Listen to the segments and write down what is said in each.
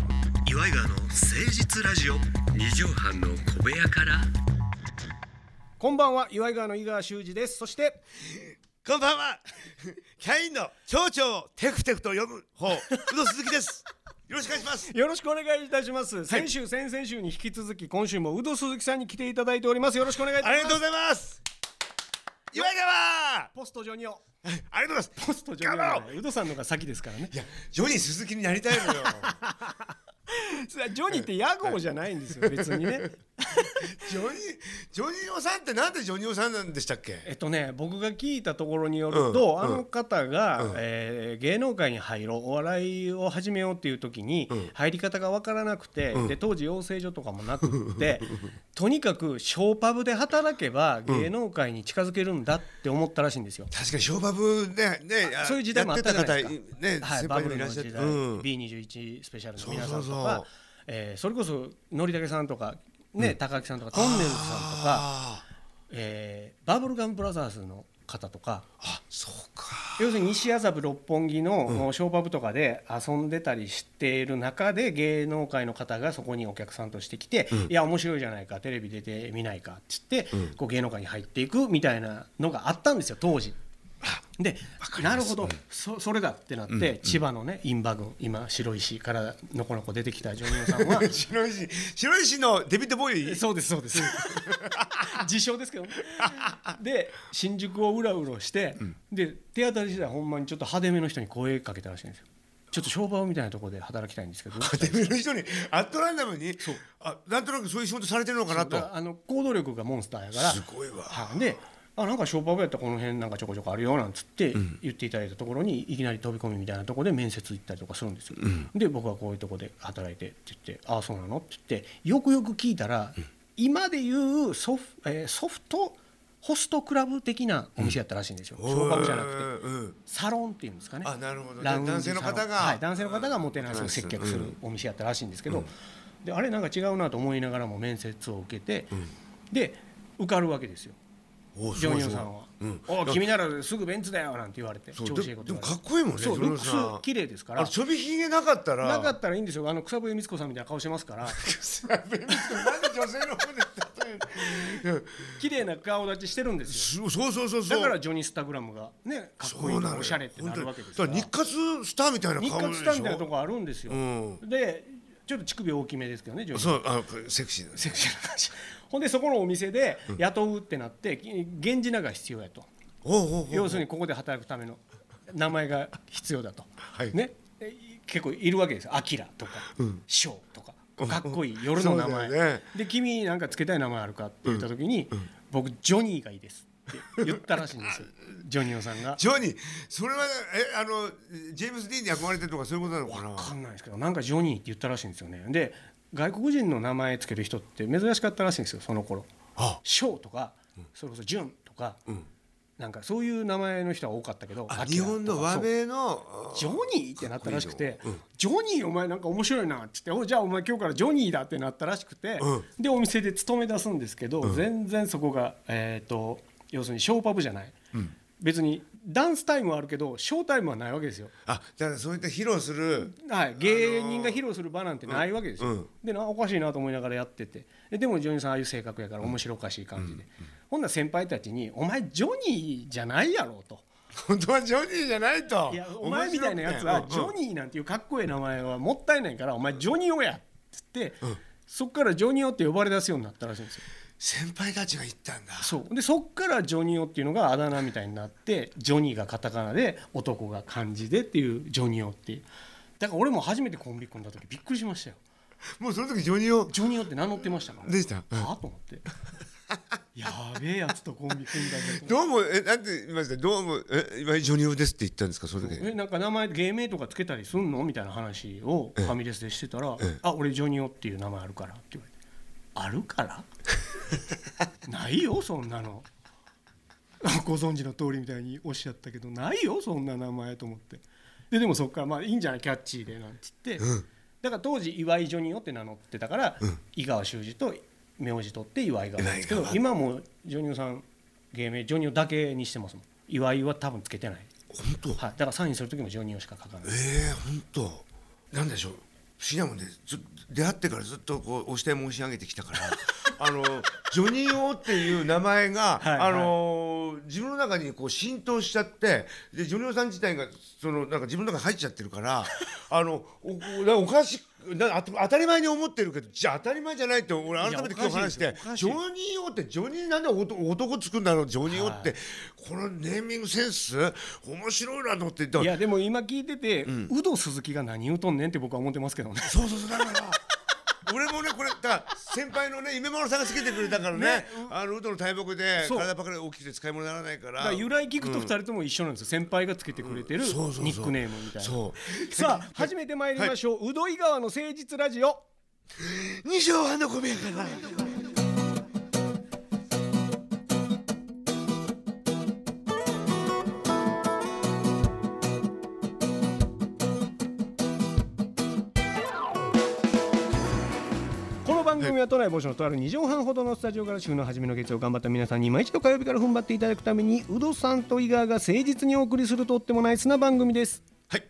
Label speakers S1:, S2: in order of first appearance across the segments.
S1: イガーの誠実ラジオ
S2: 二畳半の小部屋から
S3: こんばんは、岩井川の井川修司です。そして、
S4: こんばんは。キャインの町長をテクテクと読む方、宇野鈴木です。よろしくお願いします。
S3: よろしくお願いいたします。先週、先々週に引き続き、今週も宇戸鈴木さんに来ていただいております。よろしくお願いいた
S4: あ
S3: し
S4: り
S3: ます。
S4: がとうございます。岩川。
S3: ポストジョニオ。
S4: ありがとうございます。
S3: ポストジョニオ
S4: 頑張
S3: は
S4: ろ
S3: ね。宇戸さんのが先です からね。
S4: う。いや、ジョニー鈴木になりたいの よ。
S3: ジョニーって屋号じゃないん ですよ、別にね。
S4: ジョニー、ジョニーおさんってなんでジョニーおさんなんでしたっ
S3: え
S4: け。
S3: っとね、僕が聞いたところによると、
S4: うん
S3: あの方が、えー芸能界に入ろうお笑いを始めようっていう時に、入り方が分からなくて、で当時養成所とかもなく ってとにかくショーパブで働けば芸能界に近づけるんだって思ったらしいんですよ。
S4: 確かにショーパブね、ね、あ
S3: そういう時代もあったじゃないです
S4: やっ
S3: か
S4: て。た方ね、
S3: はい、
S4: 先
S3: バ
S4: 輩
S3: ブ
S4: も
S3: ル
S4: いら
S3: の
S4: っしゃっ
S3: 時
S4: て。
S3: 代、
S4: うん
S3: B21 スペシャルの皆さんとか
S4: そうそうそう
S3: えーそれこそのりたけさんとか、ね高木さんとかトンネルズさんとか、
S4: ああ、
S3: えーバブルガンブラザーズの方とか
S4: そうか。
S3: 要するに西麻布六本木のショーパブとかで遊んでたりしている中で芸能界の方がそこにお客さんとしてきて、いや面白いじゃないかテレビ出てみないかっつって、こう芸能界に入っていくみたいなのがあったんですよ当時。でなるほど、そそれだってなって、千葉のね印旛郡今白石からのこのこ出てきたジョニオさんは
S4: 白石、白石のデビッドボーイ。
S3: そうですそうです自称ですけどねで新宿をうろうろして、で手当たり次第ほんまにちょっと派手めの人に声かけたらしいんですよちょっと商売みたいなところで働きたいんですけど
S4: デビの人にアットランダムにあなんとなくそういう仕事されてるのかなと
S3: あの行動力がモンスターやから
S4: すごいわ
S3: はいであなんかショーパブやったらこの辺なんかちょこちょこあるよなんつって言っていただいたところにいきなり飛び込みみたいなところで面接行ったりとかするんですよ、で僕はこういうところで働いてって言って「ああそうなの?」って言ってよくよく聞いたら、今でいうソフ,、えーソフトホストクラブ的なお店やったらしいんですよ、ショーパブじゃなくて。
S4: うん
S3: サロンっていうんですかね
S4: あなるほどね
S3: ラウンジ
S4: 男性の
S3: サロン
S4: 方が
S3: はい、男性の方がもてなしを接客するお店やったらしいんですけど、であれなんか違うなと思いながらも面接を受けて、で受かるわけですよ
S4: お
S3: ジョニオさ
S4: そ
S3: んは「おう君ならすぐベンツだよ」なんて言われて
S4: うそう
S3: 調子いいこと言
S4: でも
S3: わ
S4: か
S3: れ
S4: ってこいいもんね
S3: そうルック
S4: ジョニオさん
S3: ス綺麗ですか
S4: あ
S3: ら
S4: れちょびひげなかったら
S3: なかったらいいんですよあの草笛光子さんみたいな顔してます から
S4: なんで女性の方で例える
S3: 綺麗な顔立ちしてるんですよ
S4: そうそうそうそう
S3: だからジョニー・スタグラムがねかっこいい
S4: そうなのよ
S3: おしゃれってなるわけです
S4: だ
S3: か
S4: からら日活スターみたいな
S3: 日
S4: 顔でし
S3: 活し
S4: ょ
S3: たみたいなとこあるんですよ、
S4: ん
S3: でちょっと乳首大きめですけどねジョニー
S4: そうあセクシーな
S3: セクシュアルな話ほんでそこのお店で雇うってなってき源氏名が必要やと
S4: おうおうおう
S3: 要するにここで働くための名前が必要だと、
S4: い
S3: ねえ結構いるわけですよ「アキラ」とか「ショウ」とかかっこいい夜の名前、
S4: そうだよね
S3: で君なんかつけたい名前あるかって言った時に、僕ジョニーがいいですって言ったらしいんですよジョニオさんが。
S4: ジョニーそれはえあのジェームス・ディーンに憧れてるとかそういうことなのかな
S3: わかんないですけどなんかジョニーって言ったらしいんですよねで外国人の名前つける人って珍しかったらしいんですよその頃
S4: あ
S3: ショーとか、それこそジュンとか、なんかそういう名前の人が多かったけど
S4: あ
S3: アキ
S4: 日
S3: ラとか
S4: 本の和
S3: そう
S4: 名の
S3: ジョニーってなったらしくて「ジョニーお前なんか面白いな」って言ってお「じゃあお前今日からジョニーだ」ってなったらしくて、でお店で勤め出すんですけど、全然そこが、えー、と要するにショーパブじゃない、別にダンスタイムはあるけどショータイムはないわけですよ。
S4: あじゃあそういった披露する
S3: はい、芸人が披露する場なんてないわけですよ、でなおかしいなと思いながらやっててででもジョニーさんああいう性格やから面白おかしい感じで、ほんなら先輩たちに「お前ジョニーじゃないやろ」と
S4: 本当はジョニーじゃない
S3: 「
S4: と
S3: いやお前みたいなやつはジョ
S4: ニ
S3: ニーなんていうかっこいい名前はもったいないからお前ジョニオや」っつって、そっからジョニオって呼ばれ出すようになったらしいんですよ
S4: 先輩たちが言ったんだ
S3: そうでそっからジョニオっていうのがあだ名みたいになってジョニーがカタカナで男が漢字でっていうジョニオっていうだから俺も初めてコンビ組んだ時びっくりしましたよ
S4: もうその時ジョニーを
S3: ジョニオって名乗ってましたから。
S4: でしたうん
S3: はあと思って。やべえやつとコンビ組んだぜと
S4: どうもえなんて言いましたどうもえ今ジョニーですって言ったんですかその時
S3: えなんか名前芸名とかつけたりすんのみたいな話をファミレスでしてたら「あ俺ジョニオっていう名前あるから」って言われて「あるから? 」ないよそんなの ご存知の通りみたいにおっしゃったけどないよそんな名前と思ってででもそっからまあいいんじゃないキャッチーでなんつって、だから当時岩井ジョニオって名乗ってたから、井川修司と名字取って岩井川なんですけど
S4: 岩井
S3: 今もうジョニオさん芸名ジョニオだけにしてますもん岩井は多分つけてないは
S4: 本当
S3: い、だからサインする時もジョニオしか書かない
S4: ええ本当なんでしょう不思議なもんでずっと出会ってからずっとこうお慕い申し上げてき たからあのジョニー・オーっていう名前が
S3: はい
S4: あの自分の中にこう浸透しちゃってでジョニーオーさん自体がそのなんか自分の中に入っちゃってるから あのおおおかしくなあ当たり前に思ってるけどじゃあ当たり前じゃないって俺改めて今日話し
S3: いや
S4: て
S3: おかしい
S4: ジョニー・オーってジョニーなんで男男つくんだろうジョニー・オーって、
S3: は
S4: このネーミングセンス面白いなと思って言った
S3: いやでも今聞いてて、ウド鈴木が何言うとんねんって僕は思ってますけどね。
S4: そうそうそうだから俺もねこれだから先輩のね夢物さんがつけてくれたからねあのウドの大木で
S3: そう
S4: 体ばっかり大きくて使い物にならないから
S3: だから由来聞くと二人とも一緒なんですよ。先輩がつけてくれてるニ
S4: そうそうそう
S3: ックネームみたいな。
S4: そう
S3: さあ始めてまいりましょう。うどい川の誠実ラジオ。
S4: 二畳半の小部屋から
S3: この番組は都内某所のとある2畳半ほどのスタジオから週の初めの月曜頑張った皆さんに毎一度火曜日から踏ん張っていただくためにウドさんと井川が誠実にお送りするとってもナイスな番組です
S4: はい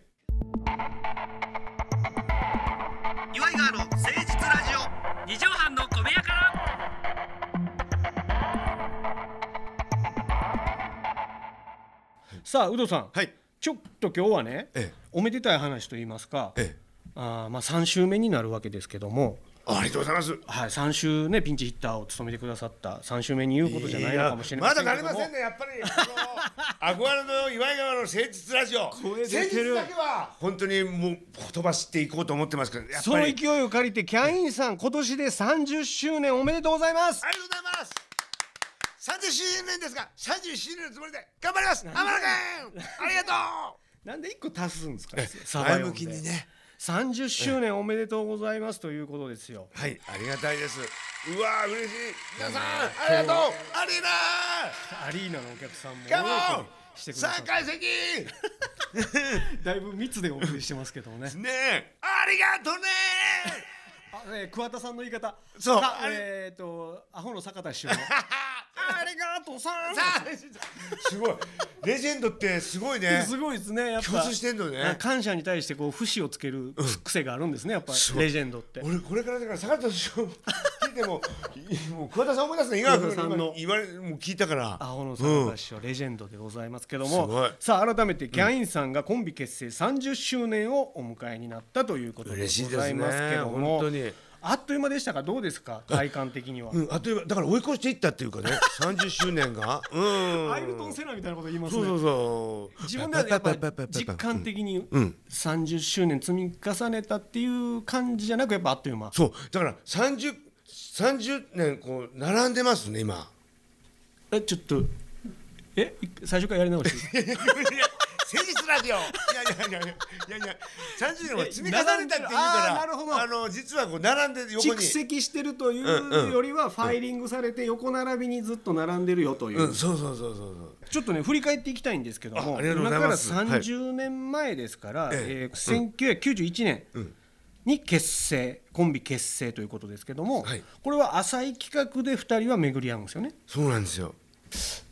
S1: 岩井川の誠実ラジオ
S2: 二畳半の小部屋から
S3: さあウドさん、
S4: はい
S3: ちょっと今日はね
S4: え
S3: おめでたい話と言いますか
S4: えええ
S3: あーまあ3週目になるわけですけども、
S4: ありがとうございます
S3: はい、3週ねピンチヒッターを務めてくださった3週目に言うことじゃないのかもしれま
S4: ま
S3: せ
S4: だ
S3: んけ
S4: な
S3: ど
S4: り
S3: も
S4: ませんねやっぱりあの憧れの岩井川の誠実ラジオ誠
S3: 声出て
S4: 実
S3: る
S4: だけは本当にもう飛ばしていこうと思ってますけどやっ
S3: その
S4: ぱ
S3: 勢
S4: り
S3: いを借りてキャインさん今年で30周年おめでとうございます
S4: ありがとうございます。三十周年ですが、三十周年のつもりで頑張ります。天野君、ありがと
S3: なんで一個足すんですか
S4: う。
S3: サバ読んで
S4: ね。
S3: 30周年おめでとうございますということですよ。
S4: はい、ありがたいです。うわー、嬉しい。皆さん、ありがとう。アリーナ
S3: アリーナのお客さんも
S4: ー。カモ
S3: 大
S4: ン
S3: 喜びして。くだ
S4: さ
S3: さ
S4: あ、解析。
S3: いだいぶ密でお送りしてますけどもね
S4: ねえ、ありがとうね。
S3: あ、えー、桑田さんの言い方
S4: そう
S3: さ
S4: あれ
S3: えっ、とアホの坂田師匠の ありがとうさん
S4: さあ、すごい。レジェンドってすごいね。
S3: すごいですねやっぱ
S4: 共通してんのね
S3: 感謝に対してこう節をつける癖があるんですねやっぱ
S4: そう
S3: レジェンドって
S4: 俺これからだから坂田師匠聞いてももう桑田さん思い出すね井川君
S3: 桑田さんの
S4: 今言われもう聞いたから
S3: アホの
S4: うん
S3: 坂田師匠、レジェンドでございますけども
S4: すごい
S3: さあ改めてキャインさんがコンビ結成30周年をお迎えになったということでご
S4: 嬉しいですね
S3: ざいますけども
S4: 本当に
S3: あっという間でしたかどうですか体感的には、
S4: うん、あというだから追い越していったっていうかね30周年がうん
S3: アイルトン・セナみたいなこと言いますね
S4: そうそうそう
S3: 自分ではやっぱり実感的に
S4: うん
S3: 30周年積み重ねたっていう感じじゃなくやっぱあっという間
S4: そうだから3030年こう並んでますね今
S3: えちょっとえ最初からやり直し
S4: 誠実ラジオいやいやいやいやいやいや30年は積み重ねたってい
S3: え並ん
S4: うか
S3: でるあー
S4: ら
S3: なるほど
S4: あの実はこう並んで横
S3: 蓄
S4: に
S3: 積してるとい
S4: うんう
S3: うんよりはファイリングされて横並びにずっと並んでるよという、
S4: うんそうそうそうそうそう
S3: ちょっとね振り返っていきたいんですけども
S4: あありがとう
S3: 今
S4: ご
S3: か
S4: ざい
S3: ら
S4: ます
S3: 30年前ですから、え
S4: ええ
S3: ー1991年に結成コンビ結成ということですけども、
S4: はい
S3: これは浅い企画で2人は巡り合うんですよね。
S4: そうなんですよ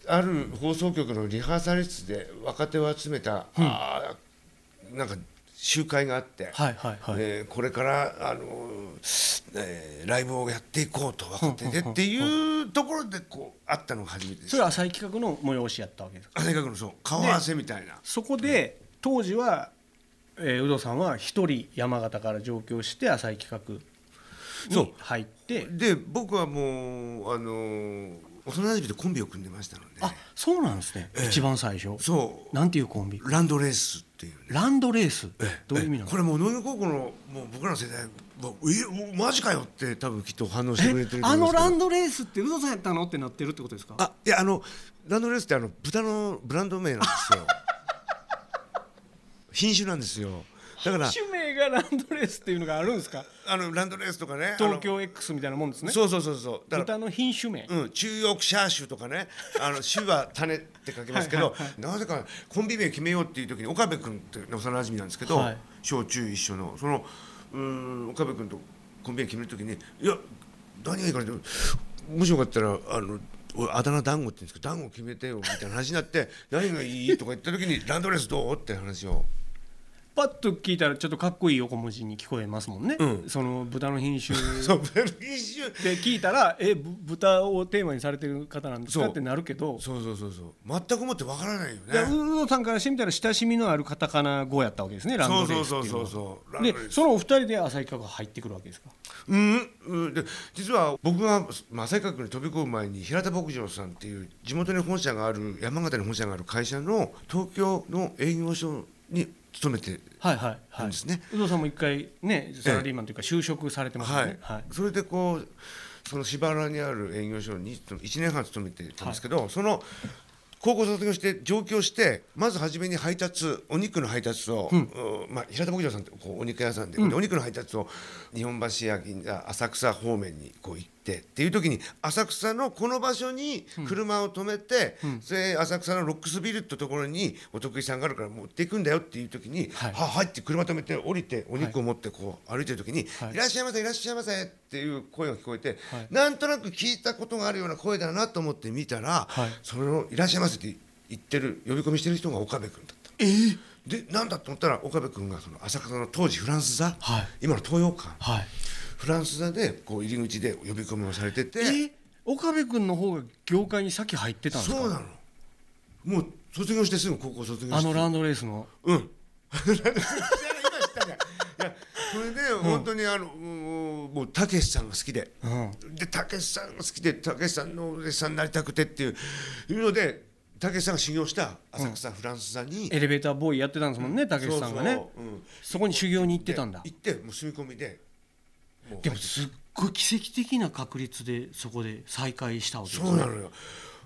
S4: ある放送局のリハーサル室で若手を集めた、あーなんか集会があって、
S3: はいはいはい
S4: えーこれから、あのーえーライブをやっていこうと若手でっていうところでこうあったのが初めてで
S3: そ
S4: す
S3: れは浅い企画の催しやったわけですか
S4: とにかくのそう顔合わせみたいな
S3: そこで当時は、えー、有働さんは一人山形から上京して浅い企画に入って
S4: で僕はもうあのー幼なじみでコンビを組んでましたので
S3: あそうなんですね、一番最初
S4: そ
S3: なんていうコンビ
S4: うランドレースっていうね
S3: ランドレース、どういう意味なの
S4: これもう農業高校のもう僕らの世代もうえもうマジかよって多分きっと反応してくれてると
S3: あ
S4: 思
S3: の
S4: いますけど
S3: ランドレースって有働さんやったのってなってるってことですか
S4: あいやあのランドレースってあの豚のブランド名なんで すよ品種なんですよだから
S3: 種名がランドレースっていうのがあるんですか
S4: あのランドレースとかねあの
S3: 東京 X みたいなもんですね
S4: そうそうそうそうだから
S3: 豚の品種名、
S4: うん、中ヨークシャー州とかねあの州は種って書きますけどなぜかコンビ名決めようっていう時に岡部君っていう幼馴染なんですけど、
S3: はい
S4: 小中一緒のそのうーん岡部君とコンビ名決める時に「いや何がいいかな」もしよかったらあの俺あだ名団子って言うんですけど団子決めてよみたいな話になって「何がいい?」とか言った時に「ランドレスどう?」って話を
S3: パッと聞いたらちょっとかっこいい横文字に聞こえますもんね、
S4: うん
S3: その豚の品種 っ
S4: そうベルギー州
S3: て聞いたらえぶ豚をテーマにされてる方なんですか
S4: そう
S3: ってなるけど
S4: そうそうそうそう全くもってわからないよ
S3: だから
S4: ね
S3: ウ野さんからしてみたら親しみのあるカタカナ語やったわけですねラン
S4: そう
S3: ドレー
S4: そう
S3: スって
S4: そ
S3: い
S4: う
S3: うの
S4: そ
S3: はで
S4: うそうランドレース
S3: そのお二人で朝日課が入ってくるわけですか
S4: うん、うん、で実は僕が旭川区に飛び込む前に平田牧場さんっていう地元に本社がある山形に本社がある会社の東京の営業所に勤めて
S3: はいはいは
S4: ないんですね
S3: 有働さんも一回ねサラリーマンというか就職されてますよ
S4: は
S3: ね
S4: い、
S3: はい
S4: それでこうその芝原にある営業所に1年半勤めてたんですけど、その高校卒業して上京してまず初めに配達お肉の配達を、うんまあ、平田牧場さんってこうお肉屋さんで,、お肉の配達を日本橋や銀座浅草方面にこう行ってっていう時に浅草のこの場所に車を止めて、それ浅草のロックスビルってところにお得意さんがあるから持っていくんだよっていう時に「
S3: はい
S4: は入って車止めて降りてお肉を持ってこう歩いてる時に「
S3: はい
S4: いらっしゃいませいらっしゃいませ」っていう声が聞こえて、
S3: はい
S4: なんとなく聞いたことがあるような声だなと思って見たら、
S3: はい
S4: それの「いらっしゃいませ」って言ってる呼び込みしてる人が岡部君だった。でなんだと思ったら岡部君がその浅草の当時フランス座、
S3: はい
S4: 今の東洋館
S3: はい
S4: フランス座でこう入り口で呼び込みをされてて
S3: え岡部君の方が業界に先入ってたんですか
S4: そうなのもう卒業してすぐ高校卒業して
S3: あのランドレースの
S4: うん。いやそれで本当にあの、うんもうたけしさんが好きで、でたけしさんが好きでたけしさんのお弟子さんになりたくてっていういうのでたけしさんが修行した浅草フランス座に、
S3: エレベーターボーイやってたんですもんねたけしさんがね
S4: そうそううん
S3: そこに修行に行ってたんだ
S4: 行ってもう住み込みでもう
S3: でもすっごい奇跡的な確率でそこで再会したわけです
S4: そうなのよ。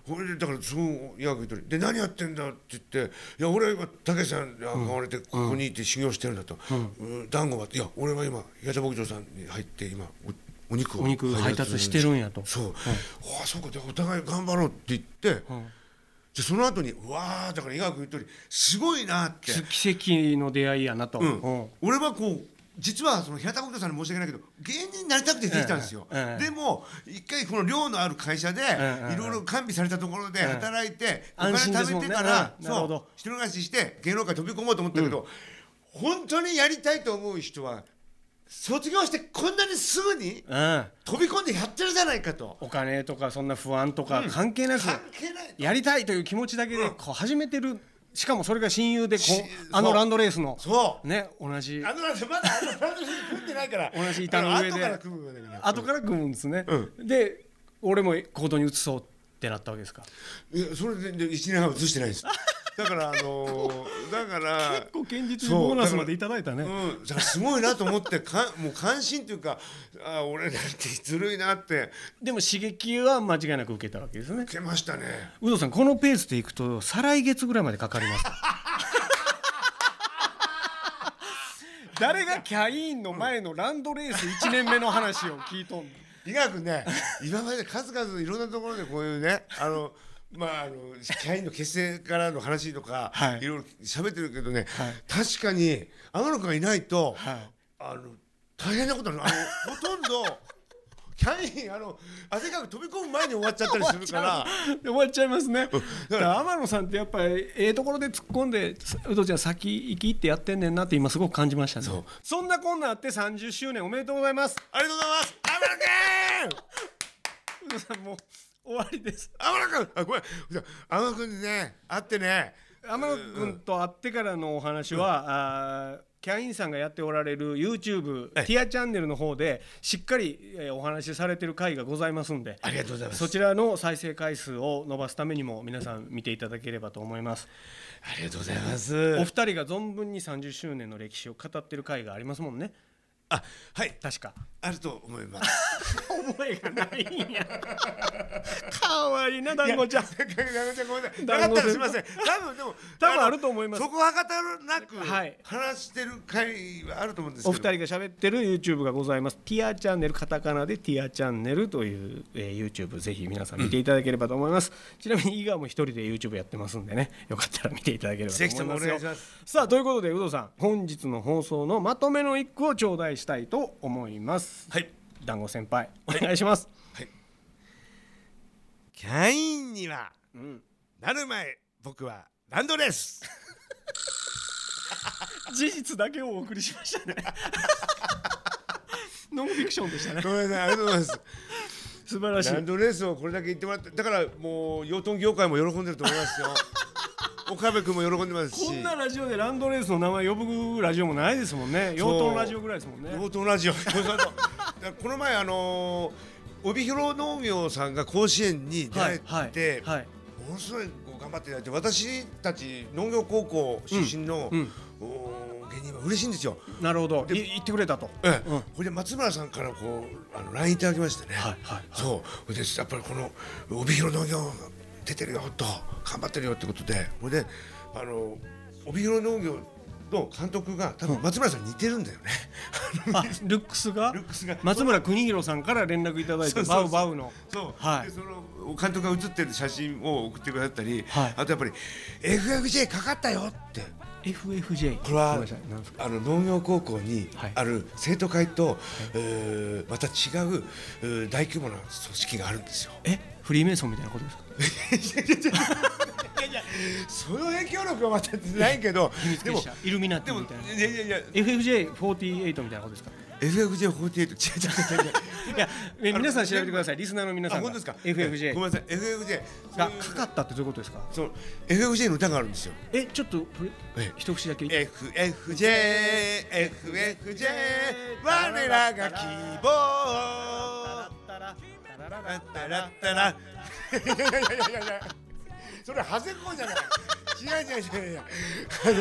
S4: これでだからそう矢吹とりで何やってんだって言って「いや俺は今武さんに憧れてここにいて修行してるんだと」うん団子は」いや俺は今八幡牧場さんに入って今おお肉を
S3: お肉配達してるんやと
S4: そう、ああそうかでお互い頑張ろうって言って、でその後にうわあだから医学言うとりすごいなって、
S3: 奇跡の出会いやなと
S4: う
S3: うん
S4: ん、俺はこう実はその平田牧場さんに申し訳ないけど芸人になりたくてできたんですよ、
S3: ええ
S4: でも一回この寮のある会社で
S3: ええ
S4: いろいろ完備されたところで働いてお金
S3: 安心です
S4: 貯
S3: もん
S4: め
S3: ね
S4: てから
S3: うんなる
S4: そ
S3: ほど
S4: う一人暮らしして芸能界飛び込もうと思ったけど本当にやりたいと思う人は卒業してこんなにすぐに
S3: うん
S4: 飛び込んでやってるじゃないかと。
S3: お金とかそんな不安とか関係なく
S4: 関係ない
S3: やりたいという気持ちだけでこう始めてるしかもそれが親友でこ
S4: し
S3: うあ
S4: そ
S3: の
S4: う
S3: ランドレースの
S4: そう
S3: ね同じ
S4: あのなんてまだあのランドセル組んでないから
S3: 同じ板の上で
S4: あ後から組むよねみんな
S3: 後から組むんですね
S4: う
S3: で俺も行動に移そうってなったわけですか
S4: いやそれでで1年半映してな いですだからあのー、だから
S3: 結構現実に
S4: そう
S3: ボーナスまでいただいたね
S4: うん、だからすごいなと思ってかもう関心というかあー俺なんてずるいなって
S3: でも刺激は間違いなく受けたわけですね
S4: 受けましたね
S3: 有働さんこのペースでいくと再来月ぐらいまでかかります 誰がキャインの前のランドレース1年目の話を聞いとんの
S4: 伊賀君ね今まで数々いろんなところでこういうねあのまああの社員の結成からの話とか、
S3: はいい、
S4: ろいろ喋ってるけどね、確かに天野君がいないと、
S3: はい
S4: あの大変なことになるあのほとんどキャインあの汗かく飛び込む前に終わっちゃったりするから。
S3: 終わっちゃいますねだから天野さんってやっぱりええところで突っ込んで「ウドちゃん先行きってやってんねんな」って今すごく感じましたね
S4: そう
S3: そんなこんなあって30周年おめでとうございます
S4: ありがとうございます。
S3: ウドさんもう終わりです
S4: 天野君、天野君、あ、ごめん、じゃあ天野君にね、会ってね。
S3: 天野君と会ってからのお話は、あーキャインさんがやっておられる YouTube
S4: はい
S3: ティアチャンネルの方でしっかりえーお話しされてる回がございますんで
S4: ありがとうございます
S3: そちらの再生回数を伸ばすためにも皆さん見ていただければと思います
S4: ありがとうございます。
S3: お二人が存分に30周年の歴史を語ってる回がありますもんね
S4: あ、はい、
S3: 確か
S4: あると思います。
S3: 覚えがないんや かわいいな団子ちゃん
S4: ごめんなさいごめんなさい。な
S3: 団
S4: かっ
S3: 子
S4: た
S3: で
S4: らすみません。多分でも、
S3: 多分
S4: の
S3: あると思います
S4: そこはかたなく
S3: はい
S4: 話してる会はあると思うんですけ
S3: お
S4: ど。
S3: 二人が喋ってる YouTube がございます。ティアチャンネルカタカナでティアチャンネルという、えー YouTube ぜひ皆さん見ていただければと思います。ちなみに伊賀も一人で YouTube やってますんでね、よかったら見ていただければと思いますよ。
S4: ぜひともお願いします。
S3: さあということで有働さん、本日の放送のまとめの一句を頂戴したいと思います。
S4: はい。
S3: 団子先輩お願いします。
S4: キャインには、なる前僕はランドレース。
S3: 事実だけをお送りしましたね ノンフィクションでしたね
S4: ごめんなさいありがとうござい ます
S3: 素晴らしい
S4: ランドレースをこれだけ言ってもらってだからもう養豚業界も喜んでると思い ますよ岡部君も喜んでますし
S3: こんなラジオでランドレースの名前呼ぶラジオもないですもんね
S4: そう
S3: 養豚ラジオぐらいですもんね
S4: 養豚ラジオそうそうそうだからこの前あのー帯広農業さんが甲子園に出られて、
S3: はいはい
S4: ものすごいこう頑張っていただいて私たち農業高校出身の、
S3: うん
S4: お芸人は嬉しいんですよ。
S3: なるほどい言ってくれたと
S4: ええ
S3: うん
S4: これで松村さんからこうあの LINE いただきましてね、
S3: はいはいはい
S4: そうでやっぱりこの帯広農業出てるよと頑張ってるよってことでこれであの帯広農業の監督が多分松村さんに似てるんだよね、
S3: あルックスが
S4: ルックスが
S3: 松村邦弘さんから連絡いただい
S4: そ
S3: て
S4: うそ
S3: バ
S4: うそ
S3: ウ
S4: う
S3: バウの
S4: そう、
S3: はい
S4: でその監督が写ってる写真を送ってくださったり、
S3: はい
S4: あとやっぱり FFJ かかったよって
S3: FFJ
S4: これ
S3: ご
S4: は
S3: めんなさいなんですか
S4: あの農業高校に
S3: はい
S4: ある生徒会と、えーまた違うえー大規模な組織があるんですよ。
S3: えフリーメイソンみたいなことですか
S4: その影響力はまたないけど
S3: 秘密
S4: でも
S3: 結社イルミナテ
S4: で
S3: ィ
S4: も
S3: みたいない
S4: やいや いや
S3: FFJ48 みたいなことですか
S4: FFJ48 違う違う違う違う
S3: いやえ皆さん調べてくださいリスナーの皆
S4: あ
S3: さん
S4: 本
S3: が
S4: 当ですか
S3: FFJ
S4: ごめんなさい FFJ
S3: がかかったってどういうことですか
S4: そう FFJ の歌があるんですよ
S3: えちょっとこれ
S4: ええ
S3: 一口だけ
S4: FFJFFJ 我らが希望あったらったらいやいやいやいやいやそれハゼコじゃない違う違う違う違うあの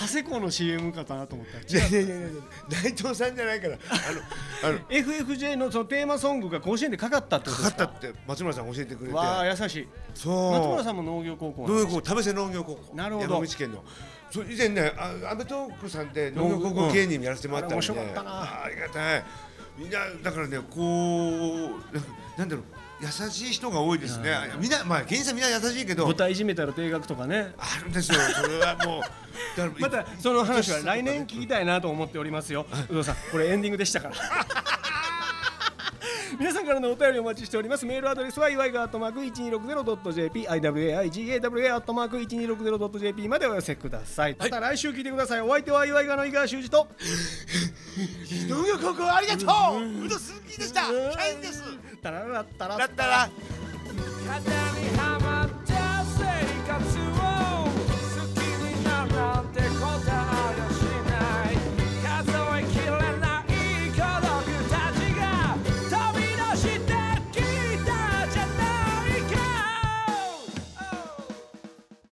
S3: 長谷川の CM かなと思ったら
S4: いやいやいやいや内藤さんじゃないからあのあの
S3: FFJ のそのテーマソングが甲子園でかかったってこ
S4: か
S3: とです
S4: かった
S3: か
S4: って松村さんが教えてくれて
S3: わあ優しい
S4: そう
S3: 松村さんも農業高校
S4: 農
S3: なん
S4: 業
S3: で
S4: 高校田臥農業高校
S3: なるほど
S4: 山口県のそう以前ねあアメトークさんで農業高校芸人もやらせてもらったんで、
S3: うんあれ面白かったな
S4: あありがたいみんなだからねこうななんだろう優しい人が多いですねみんなまあ芸人さんみんな優しいけど
S3: 舞台いじめたら定額とかね
S4: あるんですよそれはもうだから
S3: またその話は来年聞きたいなと思っておりますよ有働さんこれエンディングでしたから 皆さんからのお便りお待ちしておりますメールアドレスは祝いが 1260.jp iwaigawa.1260.jp までお寄せください、また来週聞いてくださいお相手は祝いがの井川修司と
S4: 農業高校ありがとううどすきでしたキャインです
S3: タララッタラッ
S4: だったら
S2: 風にはま